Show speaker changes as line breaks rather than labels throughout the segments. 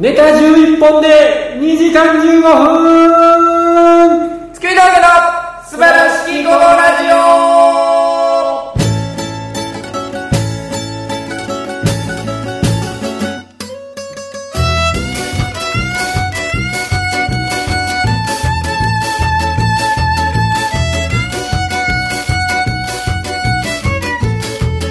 ネタ11本で2時間15分
月見峠の素晴らしきこのラジオ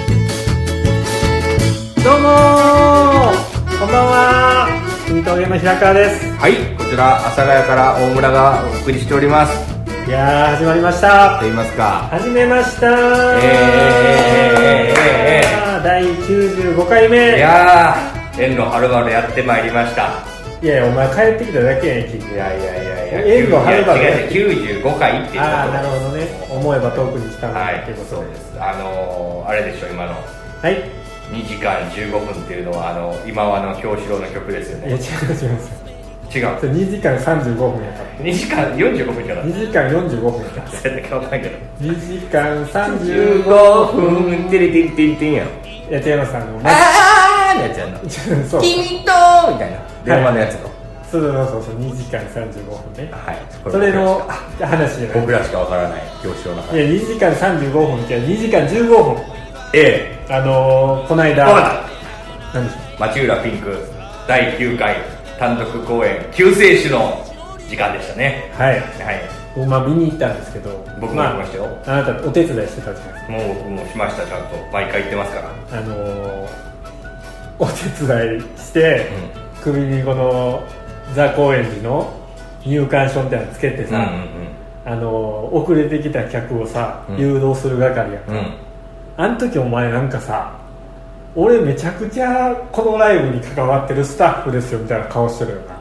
どうもーこんばんは海峠の平川です
はいこちら阿佐ヶ谷から大村がお送りしております
いやー始まりまし
と
た
言いますか
始めましたー
えーえーえーえ
第95回目
いやー遠路はるばるやってまいりました
いやいやお前帰ってきただけやん君
いやいやいやいや
遠路はるばる
いや違う違う95回っていうこと
ああなるほどね思えば遠くにしたん
は
だって
い
こと
そうですあのー、あれでしょ今の
はい
2時間15分っていうのはあの今はの京志郎の曲ですよ
いや違う違う違う
ね違う
それ2時間35分やか
2時間45分じゃなか
ら
っ
2時間45分やから
たそれだけわかんないけど
2時間35
15分テレテンテンテンやろ
いや違いますあのま
あーのやつ やんの
そう
君とみたいな電話のやつの
そうそうそうそう2時間35分ね
はい
それの
あ
話じゃない
僕らしかわからない教師の
い
中
や2時間35分じゃ2時間15分
ええ
あのー、この間
わかっ
何でした
町浦ピンク第9回単独公演救世主の時間でしたね
たはい
はい
僕まあ見に行ったんですけど
僕も行きましたよ
あ、あなたお手伝いしてたじゃないです
もう僕もしましたちゃんと毎回行ってますから
かあのー、お手伝いして、首にこのザ・高円寺の入館証みたいなのつけてさ、あのー遅れてきた客をさ、
うん
誘導する係やん
うんうんうん
あの時お前なんかさ俺めちゃくちゃこのライブに関わってるスタッフですよみたいな顔してるよな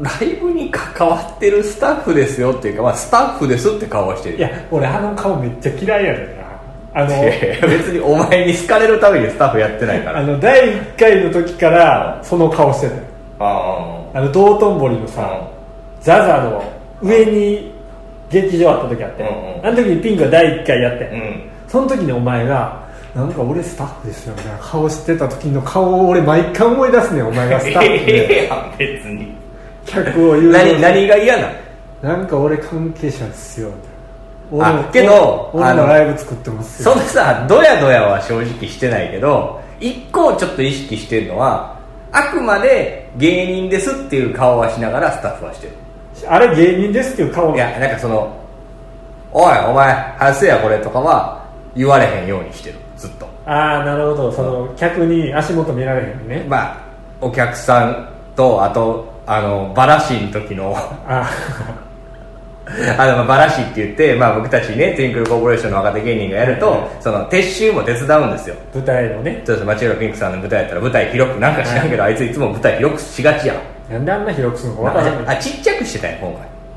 ライブに関わってるスタッフですよっていうか、まあ、スタッフですって顔はしてる
いや俺あの顔めっちゃ嫌いやねんなあ
いやいや
の
別にお前に好かれるためにスタッフやってないか
あ
ら
の第1回の時からその顔してたよ
あ
あの道頓堀の
あ
さザザの上に劇場あった時あって、
うんうん
あの時にピンクが第1回やって、
うん
その時にお前がなんか俺スタッフですよみたいな顔してた時の顔を俺毎回思い出すねんお前がスタッフ
ええ
で
やん別に
客を言う
何何が嫌なの
なんか俺関係者ですよみたいな
あけど
俺
あ
の
の
ライブ作ってます
そ
よ
のさドヤドヤは正直してないけど一個ちょっと意識してるのはあくまで芸人ですっていう顔はしながらスタッフはしてる
あれ芸人ですけど顔
いやなんかその「おいお前反省やこれ」とかは言われへんようにしてるずっと
ああなるほどその客に足元見られへんのね
まあお客さんとあとあのバラシの時の
あ
あのまあバラシって言って、まあ、僕たちねトゥインクルコーポレーションの若手芸人がやると、その撤収も手伝うんですよ
ー 舞台のね
そうです町浦ピンクさんの舞台やったら舞台広くなんか知らんけど、あいついつも舞台広くしがちやん
なんであんな広くするのか分からな
あ
い
ちっちゃくしてたんや今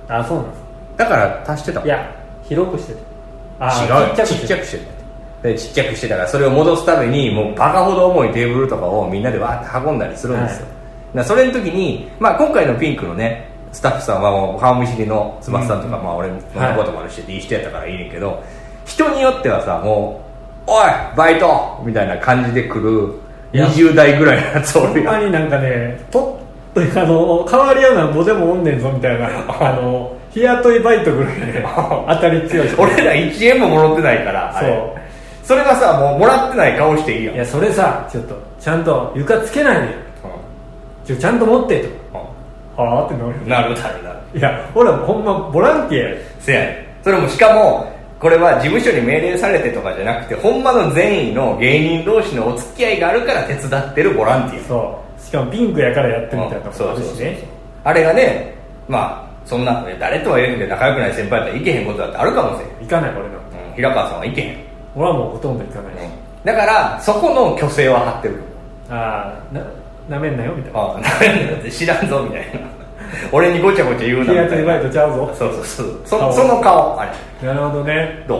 回
ああそうなんです
だから足してたもん
いや広くしてる
違う
あ
よ
ー
ちっちゃ
く
くしてたでちっちゃくしてたからそれを戻すためにもうバカほど重いテーブルとかをみんなでわーって運んだりするんですよ、
は
なそれの時に、まあ、今回のピンクのねスタッフさんはもう顔見知りの翼さんとか、まあ、俺のこともあるし、い、い人やったからいいねんけど人によってはさもう「おいバイト!」みたいな感じで来る
いや
20代ぐらいのやつお
ほん
るや
ま
ん
になんかねとっとあの変わりようなんぼでもおんねんぞみ たいなあの日雇いバイトぐらいで当たり強い人
俺ら1円ももらってないからあれ
そう
それがさもうもらってない顔していいやん
いやそれさちょっとちゃんと床つけないでよちょちゃんと持ってとはあってなる
うんなるなるなる
いやほらほんまボランティアや
せやねんそれもしかもこれは事務所に命令されてとかじゃなくてほんまの善意の芸人同士のお付き合いがあるから手伝ってるボランティ
そうしかもピンクやからやってみたいなとこある
うんそうそう
し
そう
ね
アあれがねまあそんな誰とは言えへんけど仲良くない先輩だったらいけへんことだってあるかもしれ
行かない俺の
ん、うん、平川さんはいけへん、
俺はもうほとんど行かない、
だからそこの虚勢は張ってる
ああななめんなよみたいな
ああなんだって知らんぞみたいな俺にごちゃごちゃ言うな
日
み
雇
た
い
い
バイ
な
トちゃうぞ
そうそうそう
顔
そその顔あれ
なるほどね
どう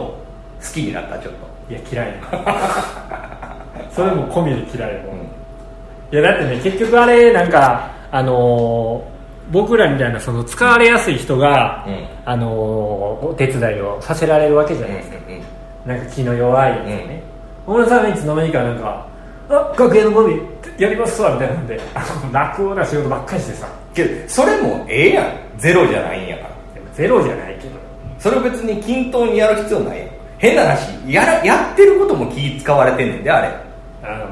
好きになったちょっと
いや嫌い やそれも込みで嫌いやもん
うん
いやだってね結局あれなんかあのー僕らみたいなその使われやすい人が、
うん
あのーお手伝いをさせられるわけじゃ
う
なんいですか、
うんうん
なんか気の弱いやつね、小村さんはいつの間にかなんかあ楽屋の飲みやりますわみたいなんであの楽な仕事ばっかりしてさ
けどそれもええやんゼロじゃないんやから
でもゼロじゃないけど
それを別に均等にやる必要ないやん変な話やらやってることも気使われてんねんであれ
あ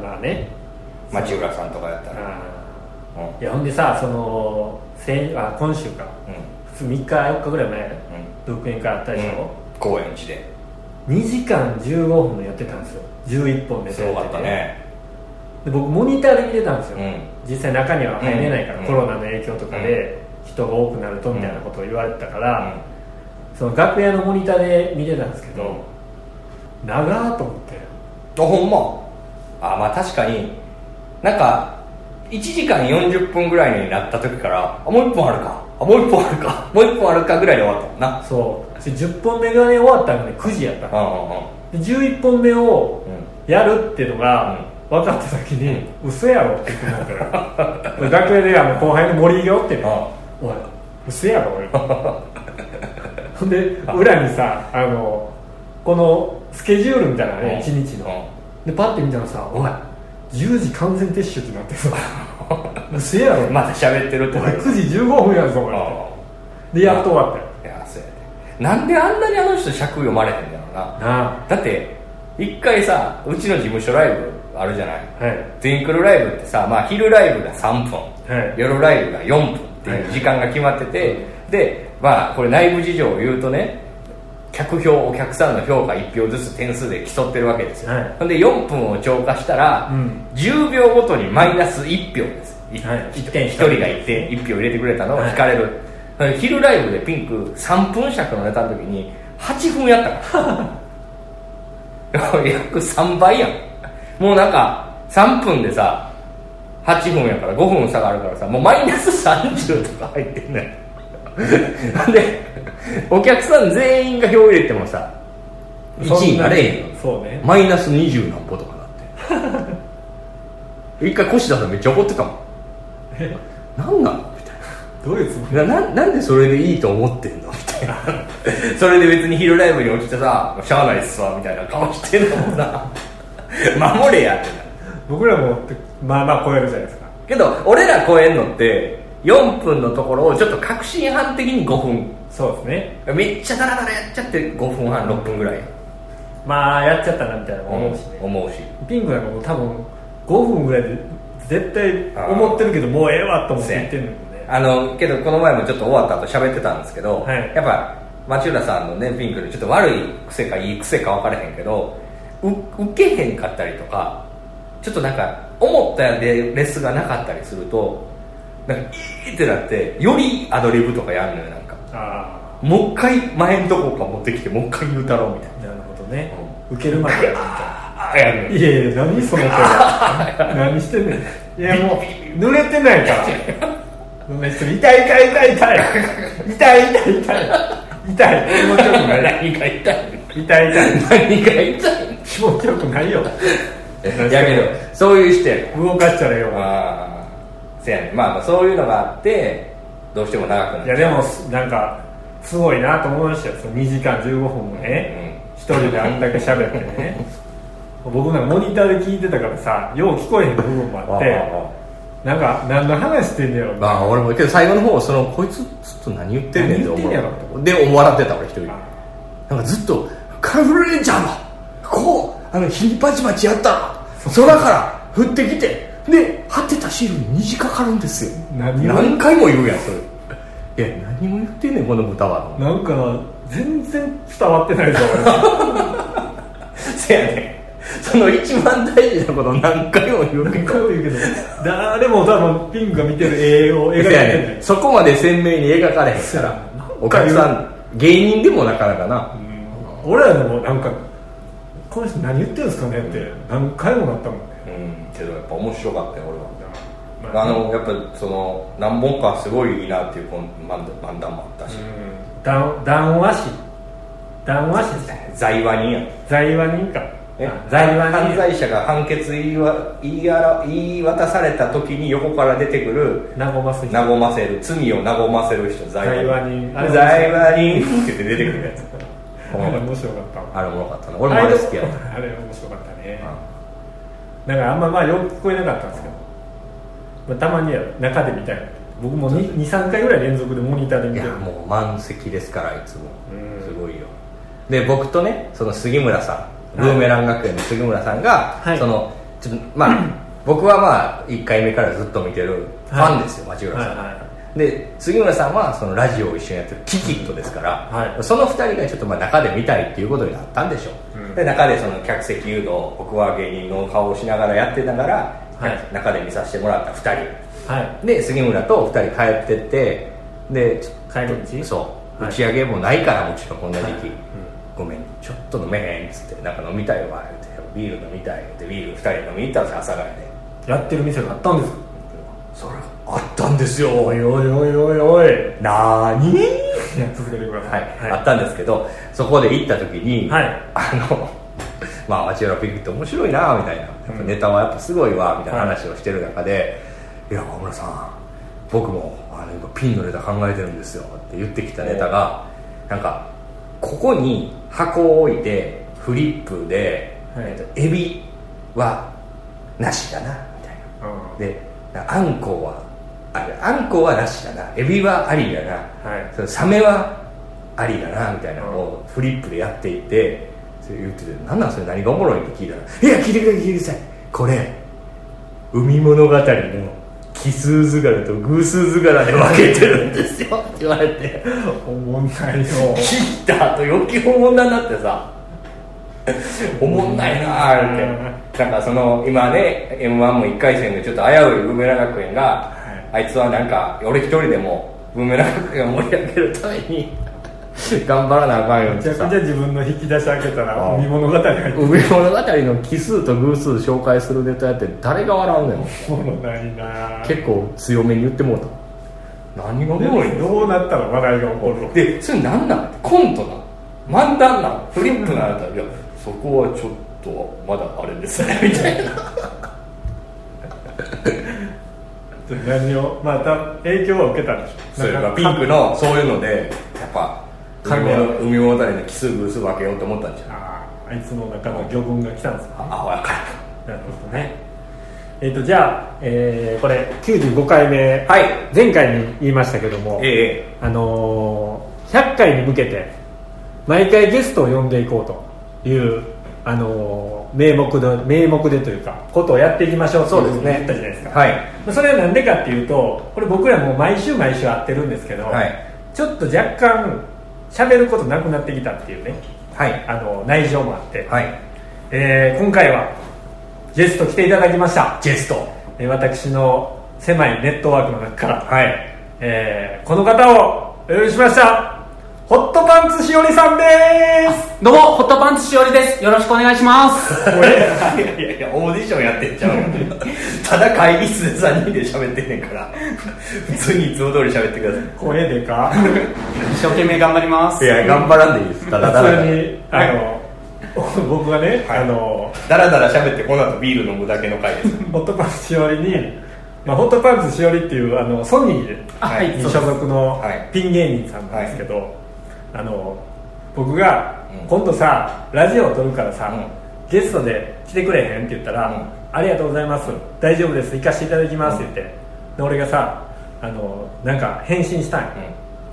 まあね
町浦さんとかやったら
あ
うんうん
いやほんでさその先あ今週か普通3日4日ぐらい前独演会あったでし
うん
ょ、
高円寺で
2時間15分のやってたんですよ11本です
ごかったね
で僕モニターで見てたんですよ、
うん
実際中には入れないから、
うん
コロナの影響とかで人が多くなるとみたいなことを言われてたから、その楽屋のモニターで見てたんですけ
うん
ど、長ーと思って
あほんまあまあ確かになんか1時間40分ぐらいになった時からあもう1本あるかあもう1本あるかもう1本あるかぐらいで終わったもんな
そうで10本目がね終わったので9時やったの
う
で11本目を
んうんうん
やるっていうのが分かった時に、嘘やろって思ったら 俺楽屋であの後輩の森井がおってね、おい嘘やろ俺 ほんで裏にさあのこのスケジュールみたいなの
うん
ね、一日の、でパッて見たらさ「おい10時完全撤収」ってなって さ「嘘やろ
うんまだ喋ってるって
俺
なる
9時15分やぞ」
うん
俺でやっと終わっ
いやそうやねなんであんなにあの人尺読まれへんだろうな
たよな
だって一回さうちの事務所ライブあるじゃない
あはい
全クルライブってさ、まあ、昼ライブが3分、
はい
夜ライブが4分っていう時間が決まってて、で、まあ、これ内部事情を言うとね客票お客さんの評価1票ずつ点数で競ってるわけですよ、
はい
ほんで4分を超過したら、
うん
10秒ごとにマイナス1票です、い
はい
一
一点
人が1点1票入れてくれたのを
はい
引かれる、ほんで昼ライブでピンク3分尺のネタの時に8分やったから 約3倍やんもうなんか3分でさ8分やから5分差があるからさもうマイナス30とか入ってんねん でお客さん全員が票入れてもさ1位になれへんよ
そうね
マイナス20何歩とかなって 一回越田さんめっちゃ怒ってたもん
え
なんなのみたいな
どういうつも
なななんでそれでいいと思ってんのみたいな それで別に昼ライブに落ちてさしゃあないっすわみたいな顔してんのもな 守れやってな
僕らもまあまあ超えるじゃないですか
けど俺ら超えんのって4分のところをちょっと革新犯的に5
そうですね
分めっちゃダラダラやっちゃって5分半6分ぐらいや
まあやっちゃったなみたいな思うしね、
思うし
ピンクなんかもう多分5分ぐらいで絶対思ってるけどもうええわと思って言ってんのもね
あのけどこの前もちょっと終わった後喋ってたんですけど、
はい
やっぱ町浦さんのねピンクでちょっと悪い癖かいい癖か分からへんけどう受けへんかったりとかちょっとなんか思ったレレスがなかったりするとなんかイーってなってよりアドリブとかやるのよなんか
あ
もう一回前んとこから持ってきてもう一回言うたろうみたい
あ
な
なるほどね、受けるまで やるみ
ああや
たいな
る
いやいや何そ の声何してんねんいやもう濡れてないからそんな人痛い痛い痛い痛い痛い痛い痛い痛い気持ちよく
何
ない
が痛い
痛い痛い
何が痛い
気持ちよくないよ
やめろそういう人やから
動かしたらよ
ああせやねまあまあそういうのがあってどうしても長くなっ
い
ちゃ
や
う
でもすなんかすごいなと思いましたよその2時間15分もね
う
一、人であんだけ喋ってね僕なんかモニターで聞いてたからさよう聞こえへん部分もあってなんか何の話してんねやろ
まあ俺もけど最後の方そのこいつずっと何言ってんねんって思
何言
う
ってんや
で思笑ってた俺一人
あ
なんかずっと「カルフルレンジャーのこうあの日にパチパチやったら空から降ってきてで張ってたシールに虹かかるんですよ
何を
何回も言うやんそれいや何も言ってんねんこの豚は
なんか全然伝わってないぞ
せやねその一番大事なこと何回も言う
俺
け
何
ど
回も言うけど誰も多分ピンクが見てる絵を描いて
そや
な
ね
い
そこまで鮮明に描かれへんからお客さん芸人でもなかなかな
俺らでもなんかこの人何言ってるんですかねって何回もなったもんね
うんけどやっぱ面白かったよ俺は
ま
あのやっぱその何本かすごいいいなっていうこの漫談漫談もあったし
うん談談話師談話師ですね
在話人やん
在話人か
え
あ在話
犯
人
罪者が判決言いわ言いあら言い渡された時に横から出てくる
名古屋人
和ませる罪を和ませる人在
在
話
話
人
人
在話人って言って出てくる やつ
あれ面白かった
あれおもろかったな俺もあれ好きやった
あれ面白かったね
うん
だからあんままあよく聞こえなかったんですけど、まあ、たまには中で見たい僕も23回ぐらい連続でモニターで見
い
て
や
る
もう満席ですからいつも
うん
すごいよで僕とねその杉村さん
は
ブ
い
ーメラン学園の杉村さんが、
はい
そのちょっとま あ僕はまあ1回目からずっと見てるフ
はい
ァンですよ、町
は
浦
い
さん、
は
で杉村さんはそのラジオを一緒にやってるキキットですから、
はい
その2人がちょっとまあ中で見たいっていうことになったんでしょう、
うん
で中でその客席誘導僕は芸人の顔をしながらやってながら、
はい
中で見させてもらった2人
はい
で杉村と2人帰ってってでちょっと
帰り道
そう
はい
打ち上げもないからもちろんこんな時期、
うん
ごめんちょっと飲めへんっつってなんか飲みたいわ言ってビール飲みたいってビール2人飲みに行ったんですよ朝からね
やってる店があったんです
それがあったんですよ
おいおいおいおいおい
なーに
続けてくだ
は
さ
い
い、
あったんですけどそこで行った時に、
はい
あの まあ「アチュラピックって面白いな」みたいなやっぱネタはやっぱすごいわみたいな話をしてる中で「いや小村さん僕もあの今ピンのネタ考えてるんですよ」って言ってきたネタがなんかここに箱を置いてフリップで「
はい
えっとエビはなしだな」みたいな。
うん
であんこはあれあんこはなしだなエビはありだな、
はい
そのサメはありだなみたいなのをフリップでやっていてそれ言ってて「何なんそれ何がおもろい?」って聞いたら「いや聞いてください聞いてくださいこれ海物語の奇数図柄と偶数図柄で分けてるんですよ」って言われて
おもんないよ
聞いた後余計おもんなになってさおもんないなーってなんかその今ね m 1も1回戦でちょっと危ういブーメラン学園が、あいつはなんか俺一人でもブーメラン学園を盛り上げるため に頑張らなあかんよっ
めち
て
ゃ
さ
くちゃ自分の引き出し開けたら
うん
海物語が入ってる
海物語の奇数と偶数紹介するネタやって誰が笑うねん
おもろないな
結構強めに言ってもうた何がお
で
もろい
も
の
どうなったら笑いが起こるの
でそれ何なのコントなの漫談なのフリップなのい やそこはちょっとまだあれです ねみたいな
何をまあた影響は受けたんでしょ
それ
な
が
んか
ピンクのそういうのでやっぱ
関
海
連
物海物語の奇数偶数分けようと思ったんじゃない
あああいつの中の魚群が来たんですね
ああ分かっ
なるほどねえっ、とじゃあ、えーこれ95回目、
はい
前回に言いましたけども、
たえ
あのー100回に向けて毎回ゲストを呼んでいこうという、あのー名目で名目でというかことをやっていきましょう
そうですね
っていうふうに言ったじゃないですか、
はい
まあそれはなんでかっていうとこれ僕らもう毎週毎週会ってるんですけど、
はい
ちょっと若干喋ることなくなってきたっていうね
はい
あの内情もあって、
はい
えー今回はゲスト来ていただきました
ジェスト
えー私の狭いネットワークの中から、
はい
えーこの方をお呼びしましたホットパンツしおりさんで
どうも、ホットパンツしおりです。よろしくお願いし ます。
いやいやいやオーディションやってんちゃうよただ会議室で3人で喋ってんねんから普通にいつも通り喋ってくださ
す声でか
一生懸命頑張ります。
いいや頑張らんでいいですた
普
だただ
通にあの、 僕がね、
はい
あの
だらだら喋ってこの後ビール飲むだけの回です
ホットパンツしおりに、まあ、ホットパンツしおりっていうあのソニー
あは
はい
い、
に
そ
所
うです
属の
はい
ピン芸人さんなんですけど、あの僕が、今度さラジオを撮るからさ、
う
ゲストで来てくれへんって言ったら、
うん
ありがとうございます大丈夫です行かせていただきますって言って、で俺がさあのなんか返信したんや、
うん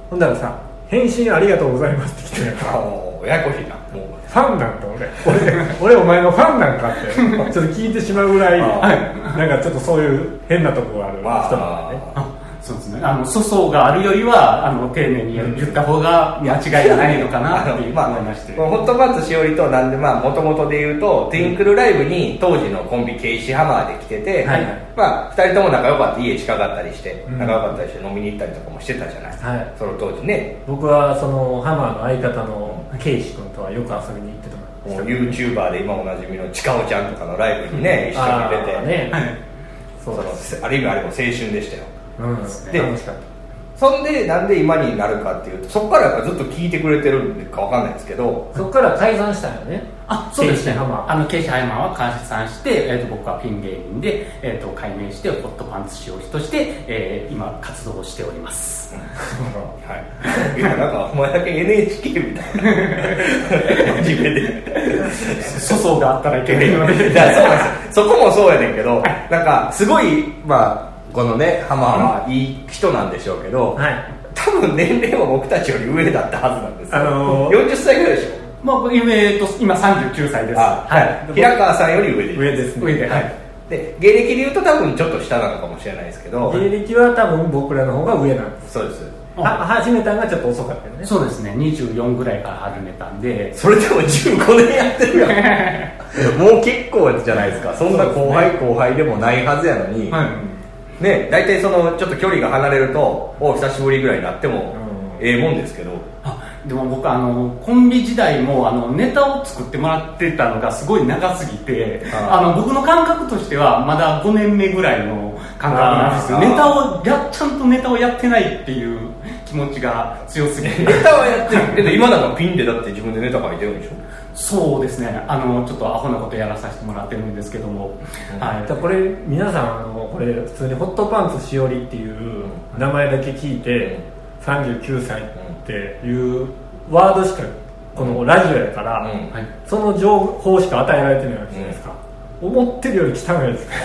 ほんだらさ返信ありがとうございますって来てるから
もうややこしいなもう
ファンなんか俺俺俺お前のファンなんかって ちょっと聞いてしまうぐらい
は
なんかちょっとそういう変なとこがある人
ま
なんだよね
あ
そうですね。あの、粗相があるよりは、あの、丁寧に言った方が、見間違いがないのかな、
あ
っ
の
ていう
まあ
思いまして。
ホットパンツしおりとなんでまあもともとで言うと、トゥインクルライブに当時のコンビケイシハマーで来てて、
はい
まあ2人とも仲良かった家近かったりして、
うん
仲良かったりして飲みに行ったりとかもしてたじゃない、
はい
その当時ね
僕はそのハマーの相方のケイシ君とはよく遊びに行ってたも
もう YouTuber で今おなじみのちかおちゃんとかのライブにね、一緒に出て、
ね
そ
そう
の
だ
ある意味あれも青春でしたよ
うん
で
楽しかっ
そんでなんで今になるかっていうとそこからやっぱずっと聞いてくれてるんかわかんないですけど
たそこから解散したんよね
あそうですね
ケイシハマー
あのケイシハイマーは解散して、えー、と僕はピン芸人で、えー、と改名してホットパンツ使用師として、えー今活動をしております
はい、いやなんかお前だけ NHK み たいな真面目で
粗相があったらいけないので
いやそうなんですよそこもそうやねんけどなんかすごい
まあこのね浜
はいい人なんでしょうけど、
はい
多分年齢は僕たちより上だったはずなんですよ、
あのー
40歳ぐらいでしょ
まあ、今えーと今39歳です
あ
はい
平川さんより上で
上ですね
上ではい
で芸歴で言うと多分ちょっと下なのかもしれないですけど
芸歴は多分僕らの方が上なんです
そうです
は始めたのがちょっと遅かったよね
そうですね24ぐらいから始めたんで
それでも15年やってるや
いや もう結構じゃないですかそんな後輩後輩でもないはずやのに、
はい
ね大体そのちょっと距離が離れるとお久しぶりぐらいになっても
う
ええもんですけど
あでも僕あのコンビ時代もあのネタを作ってもらってたのがすごい長すぎて
あ
あの僕の感覚としてはまだ5年目ぐらいの感覚なんですよ
あー
ネタをやちゃんとネタをやってないっていう気持ちが強すぎて
ネタはやってるけど今なんかピンでだって自分でネタ書いてるんでしょ
そうですねあのちょっとアホなことやらさせてもらってるんですけども、はい
じゃあこれ皆さんあのこれ普通にホットパンツしおりっていう名前だけ聞いて39歳っていうワードしかこのラジオやから、
うん
はい
その情報しか与えられてないわけじゃないですか、思ってるより 汚いですね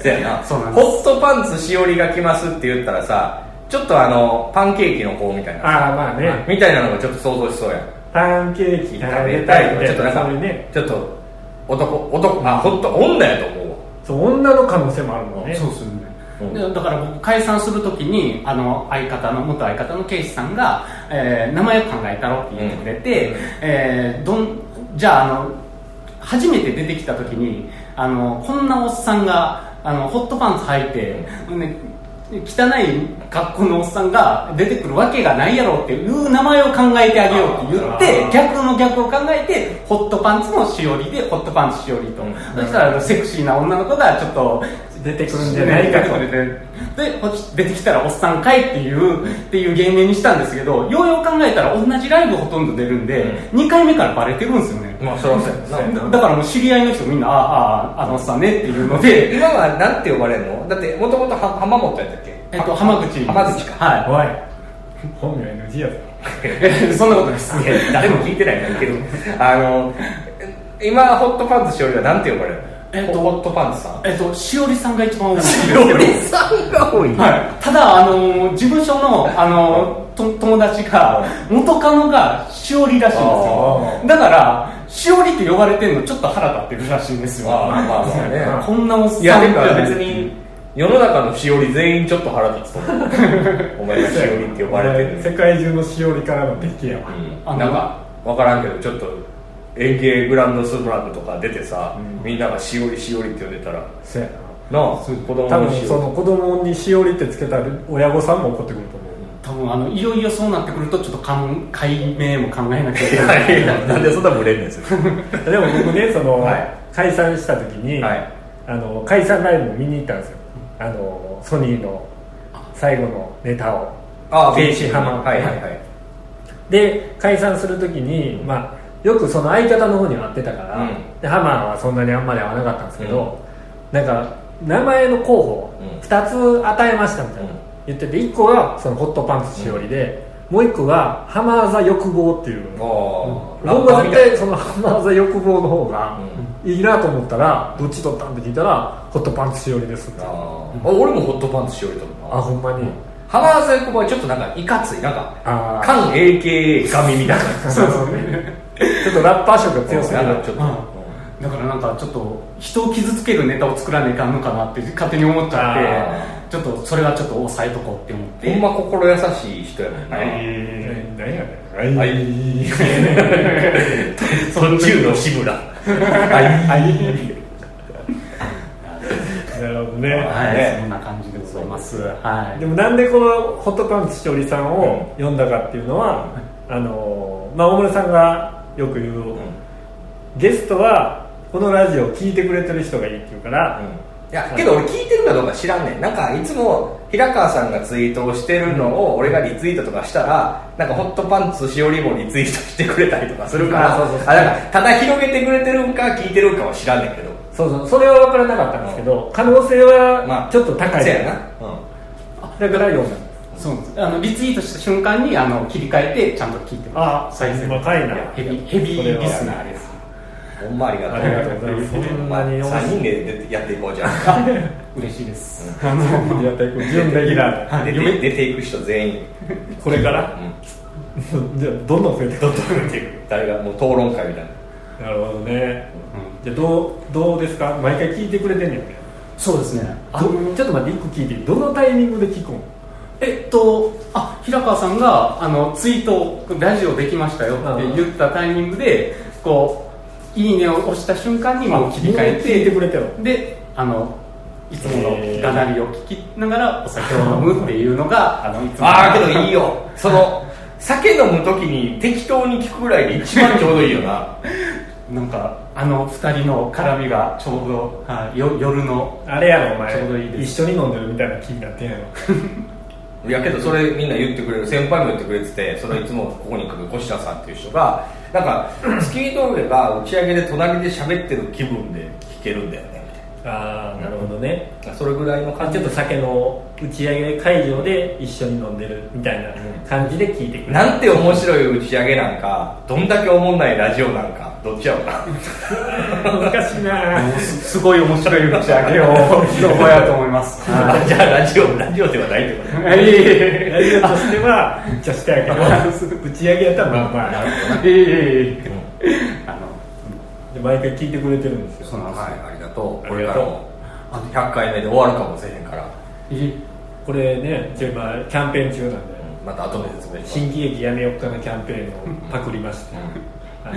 そやな
そうなんです
ホットパンツしおりが来ますって言ったらさちょっとあのパンケーキの子みたいな
ああまあね
みたいなのがちょっと想像しそうやん
パンケーキ
食
食べ
べた
た
い
いっ
わち
て
ょっとなん
そ
か
れね
ちょっと男男あ本当女やと思うわ
そう女の可能性もあるもんね
そうですよね
うん
でだから僕解散するときにあの相方の元相方の圭司さんが、えー名前を考えたろって言ってくれて、
うん
えーどんじゃああの初めて出てきたときにあのこんなおっさんがあのホットパンツ履いて、ね汚い格好のおっさんが出てくるわけがないやろっていう名前を考えてあげようって言って
あー
逆の逆を考えてホットパンツのしおりでホットパンツしおりと、
うん
そしたらあのセクシーな女の子がちょっと
出てくるんじゃないかと
でこっち出てきたらおっさんかいっていうっていう芸名にしたんですけどようよう考えたら同じライブほとんど出るんで、2回目からバレてるんですよね、
まあそらそうやんな
だからもう知り合いの人みんなあああああのおっさんねっていうので、
今はなんて呼ばれるのだってもともと浜本やったっけ
えっと、浜口
浜口か
は
おい本名 NG やぞ
いそんなことです
いや誰も聞いてないんだ けどあの今ホットパンツしおりはなんて呼ばれるの
えっと
ホットパンツさん
えっとしおりさんが一番多いんですけ
し
ど
おりさんが多い、
はい、ただ、あの事務所の、あのと友達が元カノがしおりらしいん
あ
ですよだからしおりって呼ばれてるのちょっと腹立ってるらしいんですよ
ああまあまあね
こんなおっさん
いやだから別に世の中のしおり全員ちょっと腹立つと思 うお前がしおりって呼ばれてる
世界中のしおりからの敵やわ、
あの
なんか分からんけどちょっと園芸グランドスラムとか出てさ、みんながしおりしおりって呼んでたらな
そうやな
あ子供
多
のし
分そ
お
の子供にしおりってつけた親御さんも怒ってくると思う
多分あのいよいよそうなってくるとちょっとかん解明も考えなきゃいけ
り
ない
いやいや
なんでそんなブレんねんすよ
でも僕ねその、
はい
解散した時に、
はい
あの解散ライブを見に行ったんですよあのソニーの最後のネタを
ああ
ベイシーハマー
はいはいはい
で解散する時に、まあ、よくその相方の方には会ってたから、
うん
でハマーはそんなにあんまり会わなかったんですけど、なんか名前の候補
うん
2つ与えましたみたいな、
うん
言ってて1個がそのホットパンツしおりで、もう1個がハマーザ欲望っていう
ああ
僕は絶対そのハンバーザ欲望の方が
う
いいなと思ったらどっち取ったんって聞いたらホットパンツしおりですってあ
ああ俺もホットパンツしおりと思うな
ほんまに
浜田さんはちょっとなんかいかついなん
あ
か
ー
缶 AKA 髪みたいな
そうそうちょっとラッパー色が強すぎる
なんかちょっと、
うんだからなんかちょっと人を傷つけるネタを作らねえかんのかなって勝手に思っちゃってちょっとそれはちょっと抑えとこうって思って
ほんま心優しい人やもんな、
え
何やねん
は
はいい
途中の志村はい
なるほど
ー
ね
はい、
ね
そんな感じでございます
そうです
はい
でもなんでこのホットパンツしおりさんを読んだかっていうのは、あのまあ大村さんがよく言う、ゲストはこのラジオを聞いてくれてる人がいいって言うから、
ういや
い
けど俺聞いてるかどうか知らんねんなんかいつも平川さんがツイートをしてるのを俺がリツイートとかしたらなんかホットパンツしおりもリツイートしてくれたりとかするから
あそうそうそう
あだからただ広げてくれてるんか聞いてるんかは知らんねんけど
そうそうそれは分からなかったんですけど、可能性はちょっと高い、
せやな、うん
だから読んだ
そうなんですあのリツイートした瞬間にあの切り替えてちゃんと聞いて
あ
ます
細
再生
細かいな
ヘビヘビ
それは
ーリスナーです
ほんまありがとう
ありがとうございます
ほんまに3人でやっていこうじゃん
嬉しいです、
あのやっていく準レギュラー
出て出ていく人全員
これからじゃあどんどん増えていくどんどん増えてい
誰がもう討論会みたいな
くなるほどね、じゃあどうどうですか毎回聞いてくれてんねんね
そうですねあ
どちょっと待って一個聞いていいどのタイミングで聞くん
えっとあ平川さんがあのツイートをラジオできましたよって言ったタイミングでこういいねを押した瞬間にもう切り替
聞
え
いて
て
くれてる
であのいつも
へー
のがなりを聞きながらお酒を飲むっていうのがあのいつもの
ああけどいいよその酒飲む時に適当に聞くぐらいで一番ちょうどいいよな
なんかあの二人の絡みがちょうど、はい、よ夜の
あれやろお前
ちょうどいいで
一
す
緒に飲んでるみたいな気になってんやろ
いやけどそれみんな言ってくれる先輩も言ってくれててそれいつもここに来る越田さんっていう人がなんかスキー峠が打ち上げで隣で喋ってる気分で聞けるんだよね み
ああなるほどね
たいなそれぐらいの感
ち
じ
ょっと酒の打ち上げ会場で一緒に飲んでるみたいな感じで聞いてくれる
なんて面白い打ち上げなんかどんだけおもんないラジオなんかどっちやろうな
難 しいな
もうすすごい面白い打ち上 げをどこやと思いますは
あじゃあラジオラジオではないってこと
いいえい え
ラジオとしてはめっちゃしたやけど打ち上げやったらまあまあ
いえいえいえあの
で毎回聞いてくれてるんですよ
そうなんですよ、
はい、ありがとう。
あ
こ
り
れ
がと
から
う
も、あと100回目で終わるかもしれへんから、
いい
これねちょ今キャンペーン中なんで
また後で説明し
新喜劇やめよっかなキャンペーンをパクりましてあの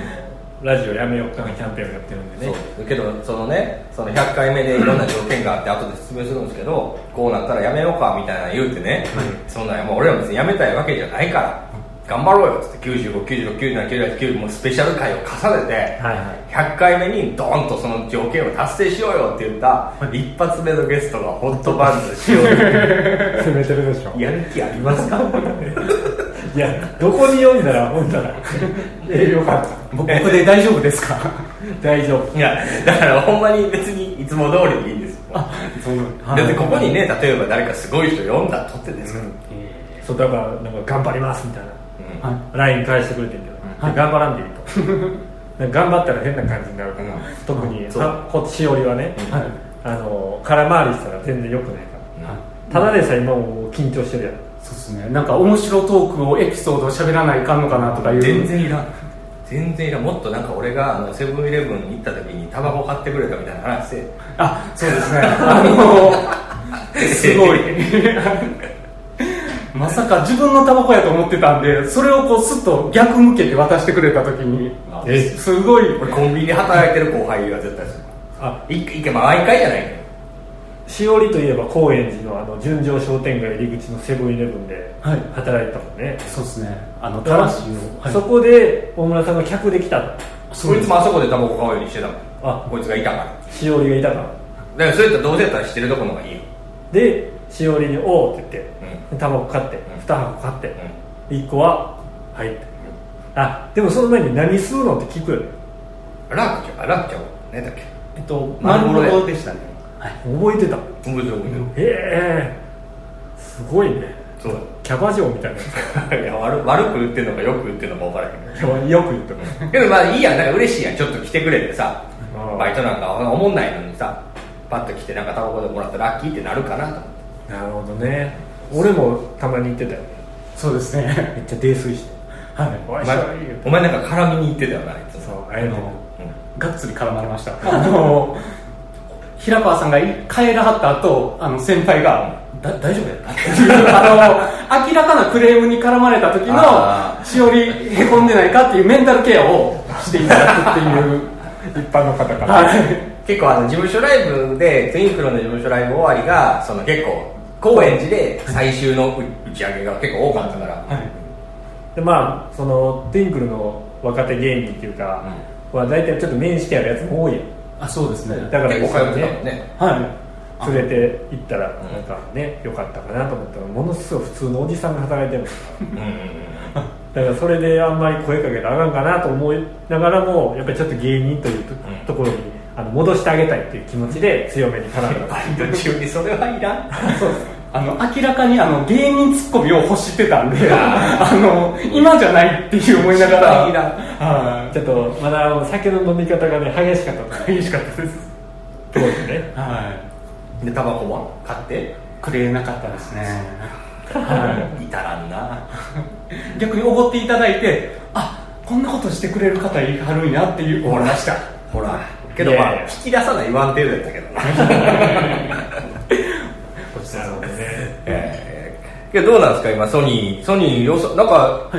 ラジオやめよっかなキャンペーンをやってるん
ます。
でね
そうけど、そのね、その100回目でいろんな条件があって、後で説明するんですけど、こうなったらやめようかみたいなの言うてね、そんなん、もう俺ら別にやめたいわけじゃないから、頑張ろうよっつって、95、96、97、98、9もうスペシャル回を重ねて、
はいはい
100回目にドーンとその条件を達成しようよって言った一発目のゲストがホットバンズしよう
攻めてるでしょ
やる気ありますか
いやどこに読んだらほんだらえよかった
僕で大丈夫ですか
大丈夫
いや、だからほんまに別にいつも通りでいいんですよ。だってここにね、例えば誰かすごい人読んだとってですよ。
そうだからなんか頑張りますみたいな
うん
はい
LINE 返してくれてんけど、
はい
頑張らんでいいとなんか頑張ったら変な感じになるから、
うん
特に
そう
さこっちしおりはね、
はい
あの空回りしたら全然良くないか
は
らただ
い
でさえ今もう緊張してるやん
そうですねなんか面白トークをエピソードを喋らないかんのかなとかいう
全然いらん。全然いらん。もっとなんか俺があのセブンイレブンに行った時にタバコ買ってくれたみたいな話で。
あそうですねあ のすごい まさか自分のタバコやと思ってたんでそれをこうスッと逆向けて渡してくれた時に
あ
えすごい
俺コンビニで働いてる後輩は絶対そう。
あ
いいけ、まあ毎回じゃないけど
しおりといえば高円寺のあの純情商店街入り口のセブンイレブンで
はい
働いてたもんね、
そうですねあの
だから
魂を、はい
そこで大村さんが客で来たの
そう
こ
で
い
す
つもあそこでタバコ買うようにしてたもん。
あ
こいつがいたから。だ
しおりがいたから
からそういったどうせやったら知ってるとこの方がいいよ。
でしおりに「おう」って言って、タバコ買って、
ん
2箱買って、1個は「はい」って、あでもその前に「何するの?」って聞くよね
ラークちゃん、あラークちゃんは、何だっけ
えっと
丸ご
丸
ろや
ごろでしたね
覚えてたへ
覚えてる覚えてる。
えすごいね
そう だ
キャバ嬢みたいなや
いや悪悪く言ってんのかよく言ってんのか分からへんけ
つよく言ってます
どけどまあいいやんなんか嬉しいやんちょっと来てくれてさ
うん
バイトなんかおもんないのにさパッと来てなんかタバコでもらったらラッキーってなるかなと思って
なるほどね俺もたまに行ってたよね
そうですね
めっちゃ泥酔して
はい
お
お
いし
前
ょいよ
お前なんか絡みに行ってたよなあいつ
そ
さ
うあれの
がっつり絡まれましたあの平川さんが帰らはった後あの先輩が「だ大丈夫やった?」っていうあの明らかなクレームに絡まれた時
あ
のしおりへこんでないかっていうメンタルケアをしていただくっていう
一般の方から、
はい
結構あの事務所ライブでツインクロの事務所ライブ終わりがその結構高円寺で最終の打ち上げが結構多かったから
でまあそのティンクルの若手芸人っていうか、は大体ちょっと面識あるやつも多いやん
あそうですね
だから
結構通ってたもんね
はい
連れて行ったらなんかねよかったかなと思ったらものすごい普通のおじさんが働いてる
うんうん
だからそれであんまり声かけたらあかんかなと思いながらもやっぱりちょっと芸人というと,、
ん
ころにあの戻してあげたいっていう気持ちで強めに絡んだ
うん途中にそれはいらん
あの明らかにあの芸人ツッコミを欲してたんであの今じゃないっていう思いながら
いらん
は
ちょっとまだあの酒の飲み方がね激しかった
い嬉しかったです
当時ね
は
でタバコは買って
いくれなかったですね
至らんな
逆におごっていただいてあこんなことしてくれる方いはるんやっていう
ほらしたほらけど
いやい
ま
や
あ引き出さない言わん程度やったけどな
なるほどね
ええけどどうなんですか今ソニーソニーよそなんか、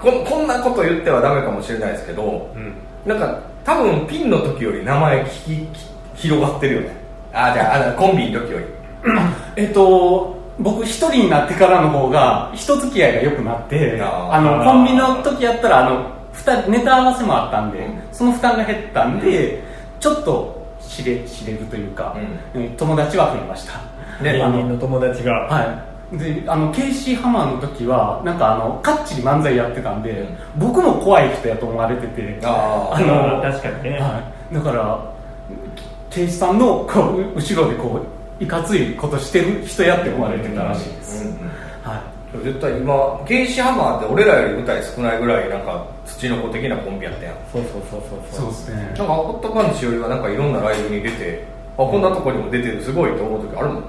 ここんなこと言ってはダメかもしれないですけど、
うん
なんか多分ピンの時より名前聞き広がってるよねあじゃああのコンビの時より
えっと僕一人になってからの方が人付き合いが良くなって
あー
あのコンビの時やったらあの二人ネタ合わせもあったんで、その負担が減ったんで、ちょっと知れ知れるというか、うん友達は増えました
芸
あ
人
の
の友達が、
はいであのケイシー・ハマーの時はなんかあのかっちり漫才やってたんで、僕も怖い人やと思われてて
あ
あ
ー
の確かにね、
はい、だから刑事さんのこう後ろでこういかついことしてる人やって思われてたらしいです、は
でも絶対今ケイシーハマーって俺らより舞台少ないぐらいなんか土の子的なコンビやったやん
そうそうそうそう
い、そうですね
なんかホットパンチよりはなんかいろんなライブに出てあこんなとこにも出てるすごいと思う時あるもん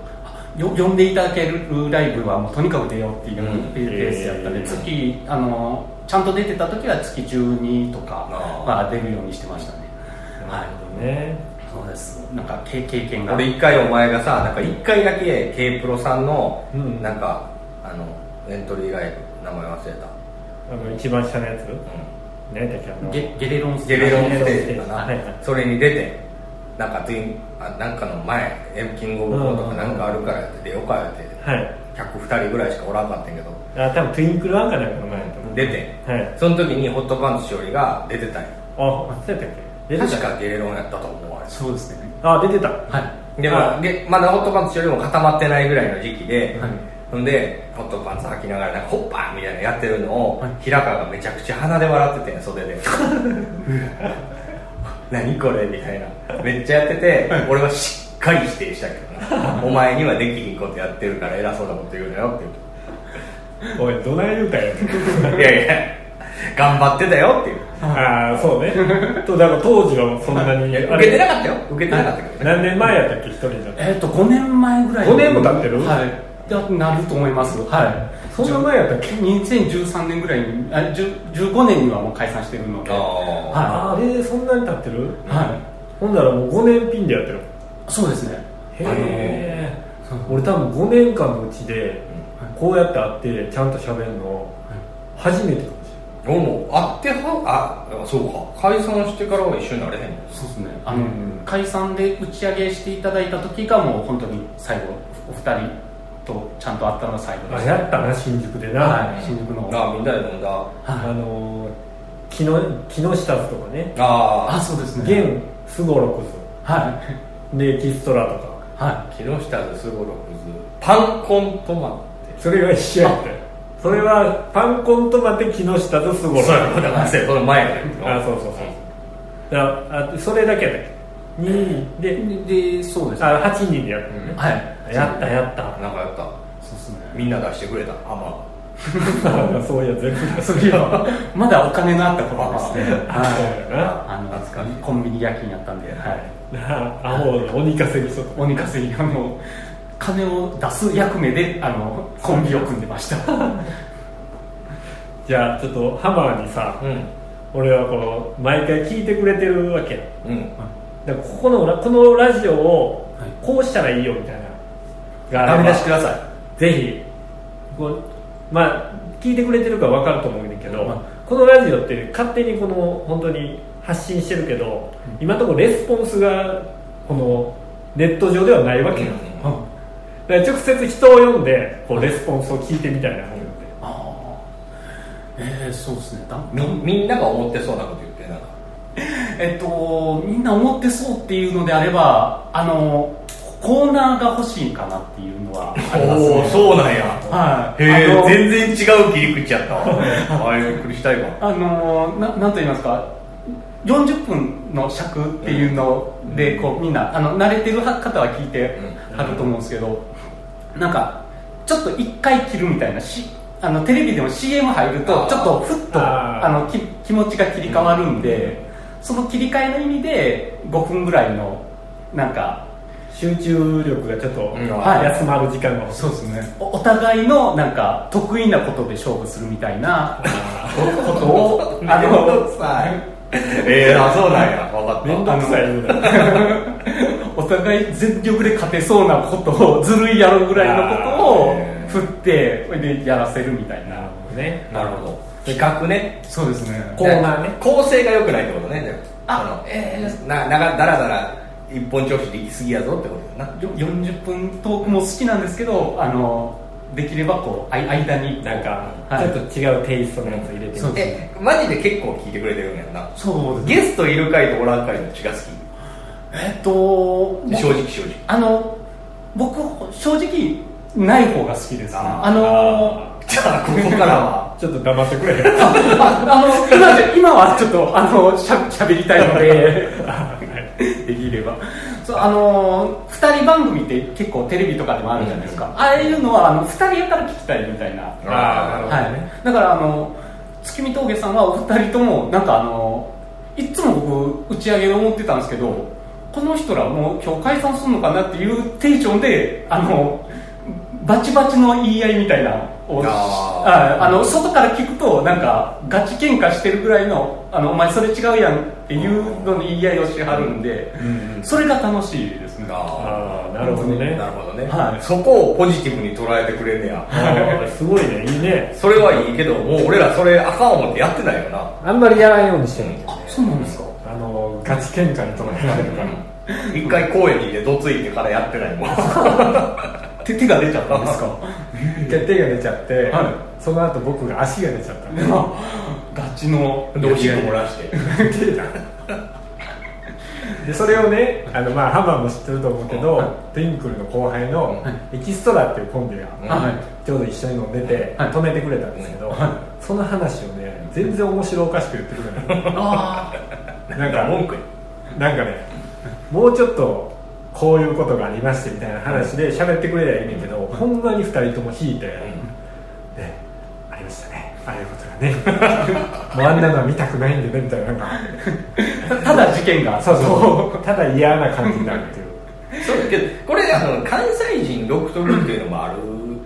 よ呼んでいただけるライブはもうとにかく出ようっていう
うん
ペースやったんで、
えー
月あのちゃんと出てた時は月12とか
あー
は出るようにしてましたねはい
ね
そうですなんか経経験が
俺一回お前がさなんか一回だけ K プロさんの
うん
なんか、あのエントリーライブ名前忘れた、
あの一番下のやつ
う
何だっけあの
ゲゲレロンス
ん、ゲレロンステージか
はいはい
なそれに出てなんかツインあなんかの前キングオブコントかなんかあるからって出ようかって
はい
客2人ぐらいしかおらんかったんやけど
あ多分トゥインクルワンかなんかの前だと思う
出て
はい
その時にホットパンツしおりが出てたんよ
あそうやったっけ出て
確
た
かゲレロンやったと思うわ
そうですね
あ出てた
はい
でまあでまだホットパンツよりも固まってないぐらいの時期で、
はい
ほんでホットパンツ履きながらなんかホッパーみたいなのやってるのを、
はい
平川がめちゃくちゃ鼻で笑ってて袖で何これみたいなめっちゃやってて俺はしっかり否定したけどなお前にはできひんことやってるから偉そうなこと言うなよって
おいどない言うたんや
言ういやいや頑張ってたよっていう
ああそうねとだから当時はそんなに
いや
あ
受けてな
れ
かったよ受けてなかったけどね
何年前やったっけ一人じゃ
えっ、と5年前ぐらい
5年も経ってる
はいだなると思いますはい
そんな前やったっけ
2013年ぐらいにあ10 15年にはもう解散してるので
あ
あ
は
れそんなに経ってる
い、は
ほんならもう5年ピンでやってる
い、そうですね
へえ俺多分5年間のうちでこうやって会ってちゃんと喋るの初めてかもし
あもうあってはあそうか解散してからは一緒になれへんの
そうですねあの、
うん
解散で打ち上げしていただいた時がもう本当に最後お二人とちゃんと会ったのが最後
れない
でし
あ
た
やったな新宿でな、
はい新宿の
あみんなで飲んだ
あ
はい
のー木の木下とかね
あ
あ
あ
そうですね
現スゴロク
はい
ズでエキストラとか
は
木下とスゴロクズパンコントマンって
それが一緒やったよそれはパンコントマテ木下とスゴロクズ
だから その前だけど
あそうそうそうだからあそれだけだっけ2で
いででそうですね
あ8人でやったのね、
はい
やったやった
なんかやった
そうですね
みんな出してくれたあま
そういや全部
それはまだお金のあった頃ですねはい
そうやな
あの
懐かしい
コンビニ夜勤やったんで、はい、
アホの鬼稼ぎとか
鬼稼ぎあの金を出す役目であのコンビを組んでました
じゃあちょっとハマーにさ、
うん
俺はこの毎回聞いてくれてるわけや
うん
だからここのラこのラジオを
はい
こうしたらいいよみたいな
ダ
があれ
メ出
ば
してください
ぜひこうまあ聞いてくれてるから分かると思うんだけど、
はい
このラジオって勝手にこの本当に発信してるけど、今のところレスポンスがこのネット上ではないわけよ、
うん
だから直接人を読んでこうレスポンスを聞いてみたいな本で
ああえー、そうですねだ
みみんなが思ってそうなこと言ってなんか
えっとみんな思ってそうっていうのであればあのこコーナーが欲しいかなっていうのはあります
おお
ね
そうなんや
はい
へ
あの
え全然違う切り口やったわ あれびっくりしたいわ
あのーななんと言いますか40分の尺っていうので、こうみんなあの慣れてる方は聞いてはると思うんですけど、なんかちょっと1回切るみたいなしあのテレビでも CM 入るとちょっとふっと
あ
あ
ー
のき気持ちが切り替わるんで、その切り替えの意味で5分ぐらいのなんか
集中力がちょっと、
ん
はい休まる時間が欲しい
そうですねおお互いのなんか得意なことで勝負するみたいなこと をあの
ええあそうなんや分かった
面倒くさいよね
お互い全力で勝てそうなことをずるいやろぐらいのこと
あ
を
ー
振ってそれでやらせるみたいな
ね
なるほど比較ね
そうですね
コーナーね
構成が良くないってことねでも
あ
あのえー、なながだらだら一本調子で行き過ぎやぞってことだな
よ40分トークも好きなんですけどあのできればこうあい間に
なんか、
はい
ちょっと違うテイストのやつ入れてみて
そう
えマジで結構聞いてくれてるんやんな
そうですね
ゲストいる回とおらん回の違が好
えっと
き正直正直
あの僕正直ない方が好きですね
あー
あのー
じゃあここからは
ちょっと黙ってくれ
あの今じゃ今はちょっとあのしゃしゃべりたいのでできればそうあの2人番組って結構テレビとかでもあるじゃないですか、ああいうのはあの2人やから聞きたいみたいな、は
あーなるほどね
い、だからあの月見峠さんはお二人ともなんかあのいっつも僕打ち上げで思ってたんですけどこの人らもう今日解散するのかなっていうテンションであのバチバチの言い合いみたいなのを
あー
はいあの外から聞くとなんかガチ喧嘩してるぐらいの「あのお前それ違うやん」っていうのの言い合いをしはるんで、それが楽しいですね
あ
ああなるほど
あ
ね
なるほどね、
はい
そこをポジティブに捉えてくれんねや
あーすごいねいいね
それはいいけどもう俺らそれあかん思ってやってないよな
あんまりやらんようにしてる
あそうなんですか
あのガチ喧嘩にとらえられるから
一回公園にいてどついてからやってないもん
手手が出ちゃったんで すか
決定が出ちゃって、
は
その後僕が足が出ちゃったんで
ガチの
でおしっこ漏らして
でそれをねあの、まあ、ハンマーも知ってると思うけど、トゥインクルの後輩のエキストラっていうコンビが、
はい
ちょうど一緒に飲んでて、
はい
止めてくれたんですけど、その話をね全然面白おかしく言ってくれない
あ
なんか
文句
なんかねもうちょっとこういうことがありましてみたいな話で喋ってくれりゃいいねんけど、ほんまに2人とも引いて、ねありましたねああいうことがね もうあんなのは見たくないんでねみたいななんか
あただ事件が
そうそうただ嫌な感じになるっていう
そうけどこれあの関西人独特っていうのもある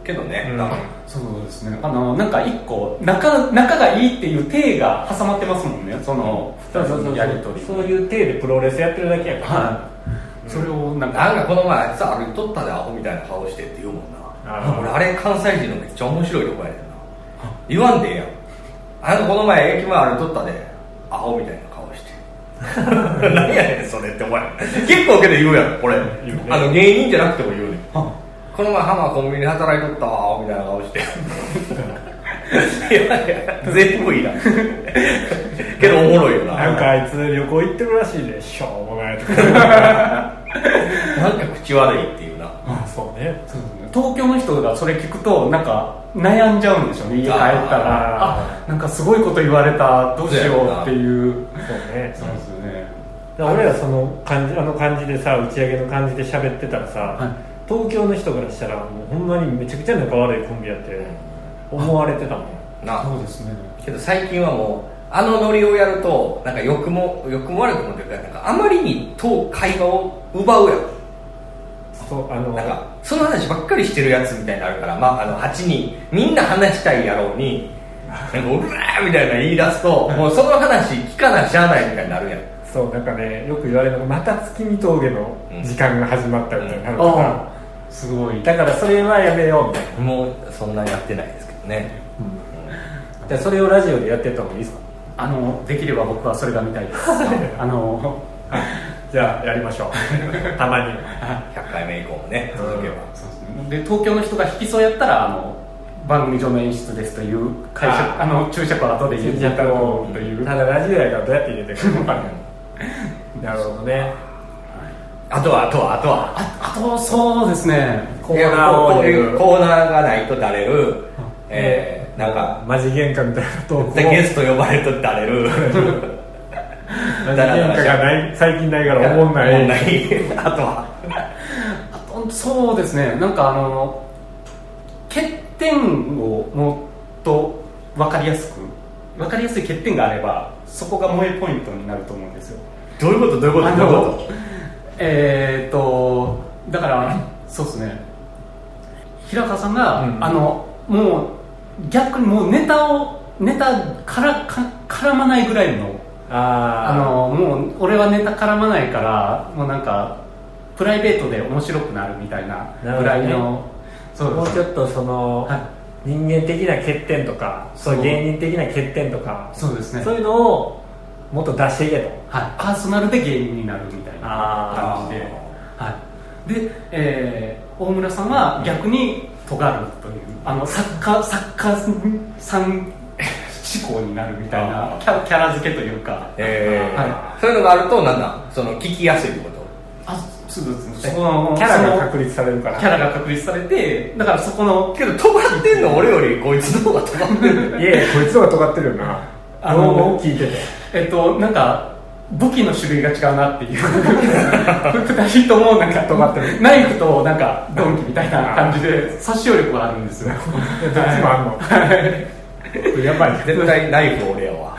けどね、
うん
多分
そうですねあのなんか一個仲仲がいいっていう手が挟まってますもんねその
そうそうそう
やり取り
そういう体でプロレスやってるだけやから、
はいそれをなんか
なんかこの前あいつ歩いとったでアホみたいな顔してって言うもんな
あー
俺あれ関西人のめっちゃ面白いとこやねんな言わんでええやんあのこの前駅前歩いとったでアホみたいな顔して 何やねんそれってお前結構けど言うやろこれ、
言うね
あの芸人じゃなくても言うねん
あ
この前ハマーコンビニで働いとったわみたいな顔していやいや全部いいなけどおもろいよな
なんかあいつ旅行行ってるらしいでしょうもないとか
なんか口悪いっていうな
まあそうね
そうですね東京の人がそれ聞くとなんか悩んじゃうんでしょうね家帰ったら
あ
あなんかすごいこと言われたどうしようっていう
そうね
そうですよね
だから俺らその感じあの感じでさ打ち上げの感じで喋ってたらさ、
はい
東京の人からしたらもうほんまにめちゃくちゃ仲悪いコンビやって思われてたもん
な
そうですね
けど最近はもうあのノリをやるとなんか欲も欲も悪くもというかなんかあまりにと会話を奪うやん
そうあの
なんかその話ばっかりしてるやつみたいになのあるから、まあ、あの8人みんな話したいやろうになんかうるらーみたいな言い出すともうその話聞かなしゃあないみたいになるやん
そうなんかねよく言われるのがまた月見峠の時間が始まったみたいになるから、
あすごい
だからそれはやめようみたいな、
もうそんなやってないですけどね
じゃあそれをラジオでやってった方がいいですか
あのできれば僕はそれが見たいです あの
じゃあやりましょう たまに
100回目以降もね続けば、
そうですねで東京の人が引きそうやったらあの番組上の演出ですという解釈
あ
あの注釈は後で言っちゃったろうという
ただラジオやからどうやって入れてるか分からないなるほどね
あとはあとはあとは
ああとそうですね
コ
コ
ー
ー
ナ
ナ
ー
ー
こ
を
う
入れ
いう
る
コーナーがないとだれる、えー、なんか
マジ喧嘩みたいなトークを
でゲスト呼ばれるとだれる
マジ喧嘩がない最近ないから思んない
問題あとは
あとそうですねなんかあの欠点をもっと分かりやすく分かりやすい欠点があればそこが萌えポイントになると思うんですよ
どういうことどういうこと
あ
どういう
の
こ
えーっとだからそうですね平川さんが、
うん
あのもう逆にもうネタをネタからか絡まないぐらいのあ
あ
のもう俺はネタ絡まないからもうなんかプライベートで面白くなるみたいな
なるほどね
ぐらいの、そ
あもう
うで
ち
す
ょっとその、
は
人間的な欠点とかそういう
そう
芸人的な欠点とか
そうですね
そういうのをもっと出していけと
はい、パーソナルで芸人になるみたいな感じで,、はいでえー大村さんは逆に尖るというあの作家作家さん志向になるみたいなキャキャラ付けというか、
とえー
は
そういうのがあるとなんだその聞きやすいってこと
あそうですねその
キャラが
その
確立されるから
キャラが確立されてだからそこの
けど尖ってんの俺よりこいつの方が尖って る
いやいやこいつの方が尖ってるよな
あ
老
の
後を聞いてて
えっと、なんか、武器の種類が違うなっ ていう。二人ともなんか、
尖ってる
ナイフとなんか、鈍器みたいな感じで、殺傷力はあるんですよ。
どっちもあんの、 やばいね
絶対ナイフ俺やわ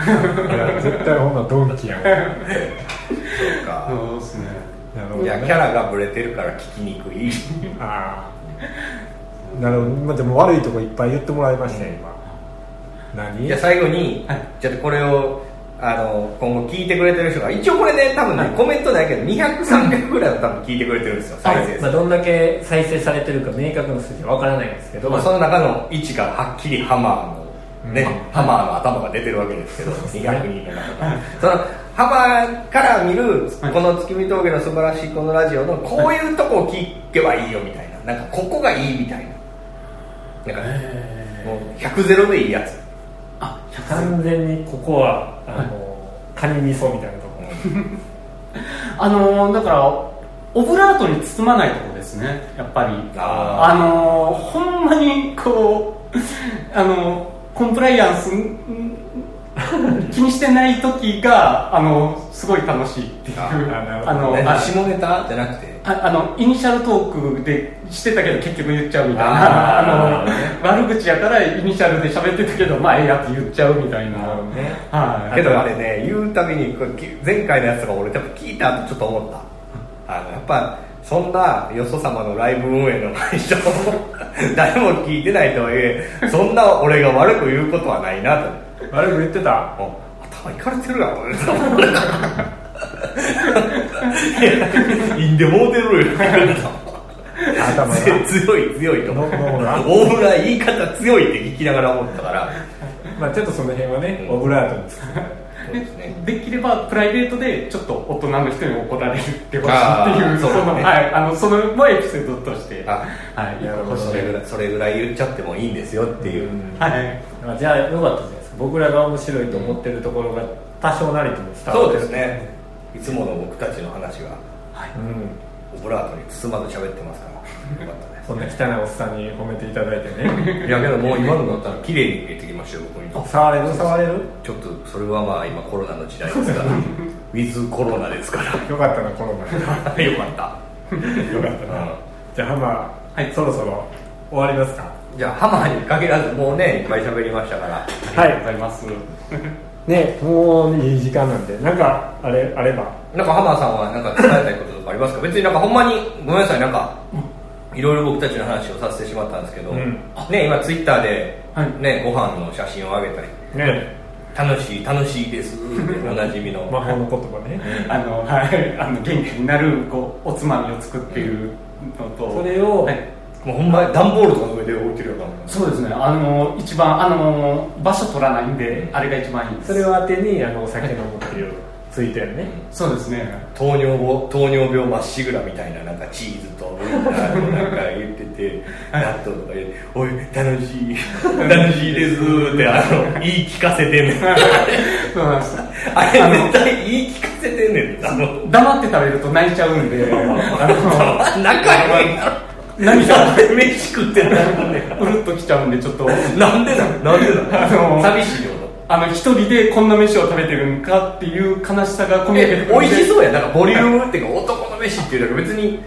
絶対ほんなドンキやんな
そうか
そうですね。
るほど
いや
ね
キャラがブレてるから聞きにくい
ああなるほど、まあ、でも悪いとこいっぱい言ってもらいましたよ、今何
じゃあ最後に、ちょっとこれをあの今後聞いてくれてる人が一応これね多分ね、コメントないけど200300ぐらいは多分聞いてくれてるんですよ再生数、
まあ、どんだけ再生されてるか明確な数字は分からないんですけど、
まあ、その中の位置がはっきりハマーのね、ハマーの頭が出てるわけですけど、200人の中からそのハマーから見るこの月見峠の素晴らしいこのラジオのこういうとこを聞けばいいよみたいななんかここがいいみたいななんか、もう100ゼロでいいやつ
あ、100
完全にここはあのカニ味噌みたいなとこ
あのー、だから、オブラートに包まないとこですね、やっぱり。
あ
あのー、ほんまに、こう、 あのー、コンプライアンス、ん気にしてない時が、あのー、すごい楽しいっていう。
あ
なるほど
あの
ね
あ
下ネタじゃなくて
ああのイニシャルトークでしてたけど結局言っちゃうみたいな
あー
あの悪口やからイニシャルで喋ってたけどまあええやつ言っちゃうみたいな、
ね
はい
けどあれね言うたびにこれき前回のやつが俺多分聞いた後ちょっと思ったあのやっぱそんなよそ様のライブ運営の会社を 誰も聞いてないとはいえそんな俺が悪く言うことはないなと
悪く言ってた
もう頭いかれてるやろ俺いやいいんでもうてるよ
頭が
強い強いと思う
脳が
大村言い方強いって聞きながら思ったから
まあちょっとその辺はねオブラートに包んで
そうですね
できればプライベートでちょっと大人の人に怒られるってほしい
あ
ってい
ー
う
そうだね
の,、はい、あのそのもエピソードとして
あ
はい
なるほど
それぐらいそれぐらい言っちゃってもいいんですよっていう、
はい
まあじゃあよかったじゃないですか僕らが面白いと思ってるところが多少なりとも伝わ
そ
っ
う
て
で
る
すねいつもの僕たちの話は
うん
オブラートに包まず喋ってますからよかった
そんな汚いおっさんに褒めていただいてね
ねいやけどもう今のだったら綺麗に見えてきましたよ僕に
触れる触れる
ちょっとそれはまあ今コロナの時代ですから ウィズコロナですからよ
よかったなコロナよ
か った、
かったなじゃあハマ、そろそろ終わりますか
じゃあハマーに限らずもうねいっぱい喋りましたから
ありがとうございます、
ねもういい時間なんでなんかあれあれば
なんかハマーさんはなんか伝えたいこととかありますか別になんかほんまにごめんなさいなんかいろいろ僕たちの話をさせてしまったんですけど、
うん
ね今ツイッターで、
はい
ねご飯の写真を上げたり
ね
楽しい楽しいですおなじみの、
魔法の言葉ね
あのはい、あの元気になるこうおつまみを作っていうのと、
それを
はい
もうほんまに段ボールとかの上で置いてるようなもん
そうですね、あの一番あの場所取らないんで、あれが一番いいです。
それを当てにあのお酒飲むっていうツついてるね
そうですね
糖尿病糖尿病まっしぐらみたいななんかチーズとウインナーとなんか言ってて納豆とか言って「おい楽しい 楽しいです」ってあの言い聞かせてんねん
そうなんです
あれ絶対言い聞かせてんねんあの
黙って食べると泣いちゃうんであ
仲いいな
の涙
あれ飯食ってないもんね
うるっときちゃうんでちょっと
なんでなのなんで
あ
な
の
の寂しいよ
あの一人でこんな飯を食べてるんかっていう悲しさが込み上げて
美
くるん
味
で
しそうやなんかボリュームっていうか男の飯っていうのは別に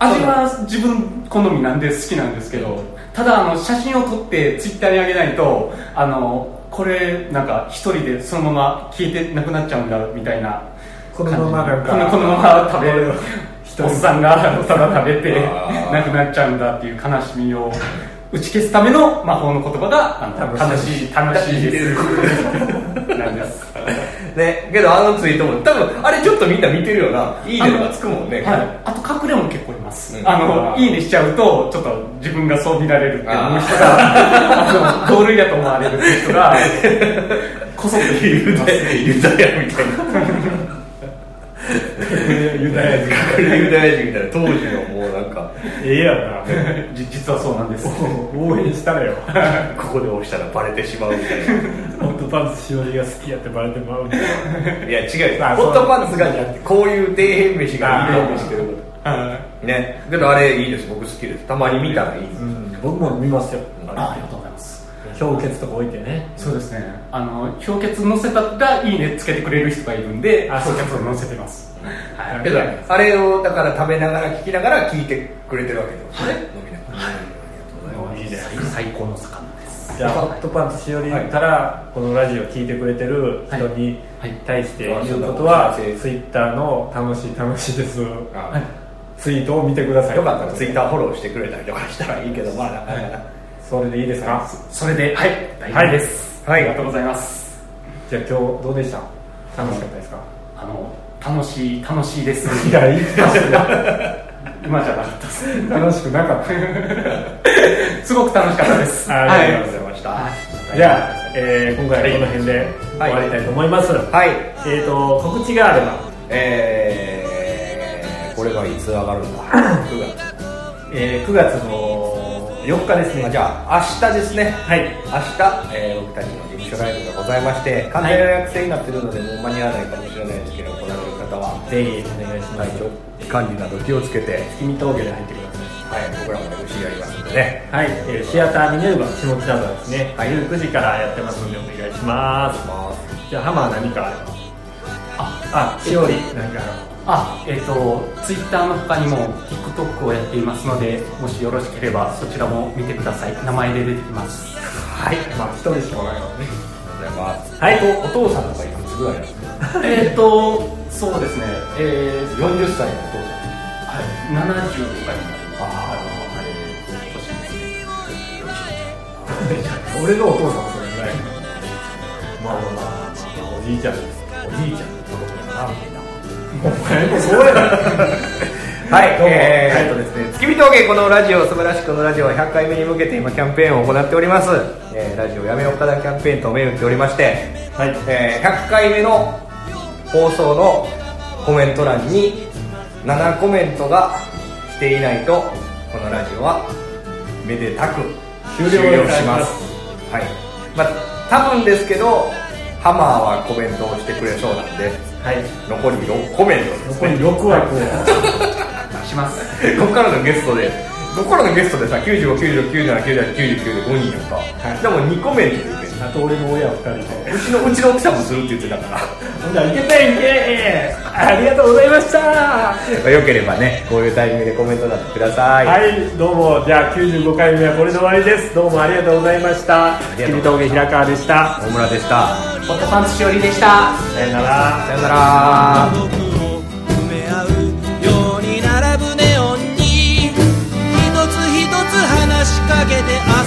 味は自分好みなんで好きなんですけどただあの写真を撮ってツイッターに上げないとあのこれなんか一人でそのまま消えてなくなっちゃうんだみたいな
このままなんか
このこのまま食べる
人
おっさんがただ食べて
あー
なくなっちゃうんだっていう悲しみを打ち消すための魔法の言葉があの楽
楽
しい楽しいですなんです
ねけどあのツイートも多分あれちょっとみんな見てるよないいねとかつくもんね
はい、あと隠れも結構います、
うん
あのいいねしちゃうとちょっと自分がそう見られるって思う人があの同類だと思われるっていう人がこそっと言
ユ
いま
ダ
す
ヤユダヤみたいな
ユダヤ人
隠れユダヤ人みたいな当時のもうなんか
ええやんな
じ実はそうなんです
応援したらよ
ここで押したらバレてしまうみたい
ホットパンツしおりが好きやってバレてまうんだよ
ないや違うよ
まあ
ホットパンツが
そう
じゃなくてこういう底辺飯がいいようにしてる
はい
ねけどあれいいです僕好きですたまに見たらいいです、
うん僕も見ますよ
あありがとうございます
氷結とか置いてね
そうですねあの氷結乗せたらいいねつけてくれる人がいるんで
あそう
氷結を乗せてますはい
けどあれをだから食べながら聞きながら聞いてくれてるわけですね、飲みながら、ありがとうございます
いいね
最最高の魚です
じゃあホットパンツしおりからこのラジオ聞いてくれてる人に
はいはい
対して言うことは
そうだ
ツイッターの「楽しい楽しいです」
あ
ツイートを見てください
よかったらツイッターフォローしてくれたりとかしたらいいけどまあなかなか
それでいいですか
それではい大丈夫です、
はい
ありがとうございます
じゃあ今日どうでした楽しかったですか
あの楽しい楽しいです
いやいいですよ
今じゃなかったです
楽しくなかっ
すごく楽しかったです。
あ
あ
り
りがとうございました
たじゃあ、えー今回はこの辺で終わりたいと思います、
はい
えーと告知があれば
えー、これがいつ上がるん だ9月
えー9月の4日です
あ
ね
じゃあ明日ですね
はい
明日、えー僕たちの事務所ライブがございまして完全予約制になってるので、もう間に合わないかもしれないですけど来られる方は
ぜひお願いしま
体
す、
調管理など気をつけて、
君峠で入ってください
はい、僕らも MC やりますのでね
はい、えーシアターミネルヴァ下北沢ですね、
はい
19時からやってますのでお願いしますじゃあハマは何かあればああしおりなんか
あ、えっ、と、ツイッターの他にも TikTok をやっていますので、もしよろしければそちらも見てください。名前で出てきます。
はいまあ一人しかおらんよね
ありがとうございます
はい
おお父さんとかいくつぐらいなんですか
えっと、そうですね。えー、
40歳のお父さん
はい、70とかになります。あの、あれ、年ですね。
俺のお父さんはそれぐらいまあまあまあ、まあ、おじいちゃんですおじいちゃんお前も そうやな
はい、
どうも
えー
カイトですね
月見峠このラジオ素晴らしくこのラジオは100回目に向けて今キャンペーンを行っております、えーラジオやめ岡田キャンペーンと銘打っておりまして、
はい
えー100回目の放送のコメント欄に7コメントが来ていないとこのラジオはめでたく
終
終
了
了
いたし
し
ま
ますすはいまあ多分ですけどハマーはコメントをしてくれそうなんで
はい
残り6コメントですね
残り6枠を
します。
ここからのゲストでここからのゲストでさ95、96、97、98、99で5人やんか、
はい
でも2個目に出てる
あと俺の親2人で
うちのうちの奥さんもするって言ってたか
ほんじゃいけたいイエーイありがとうございました
ら よければねこういうタイミングでコメントなどください、
はい、どうも、じゃあ95回目はこれで終わりです。どうもありがとうございました。
りがと
君
うござ
峠平川でした。
大村でした
ホットパンツしおりでした。
さよなら。
さよなら
僕を埋め合うように並ぶネオンに一つ一つ話しかけて歩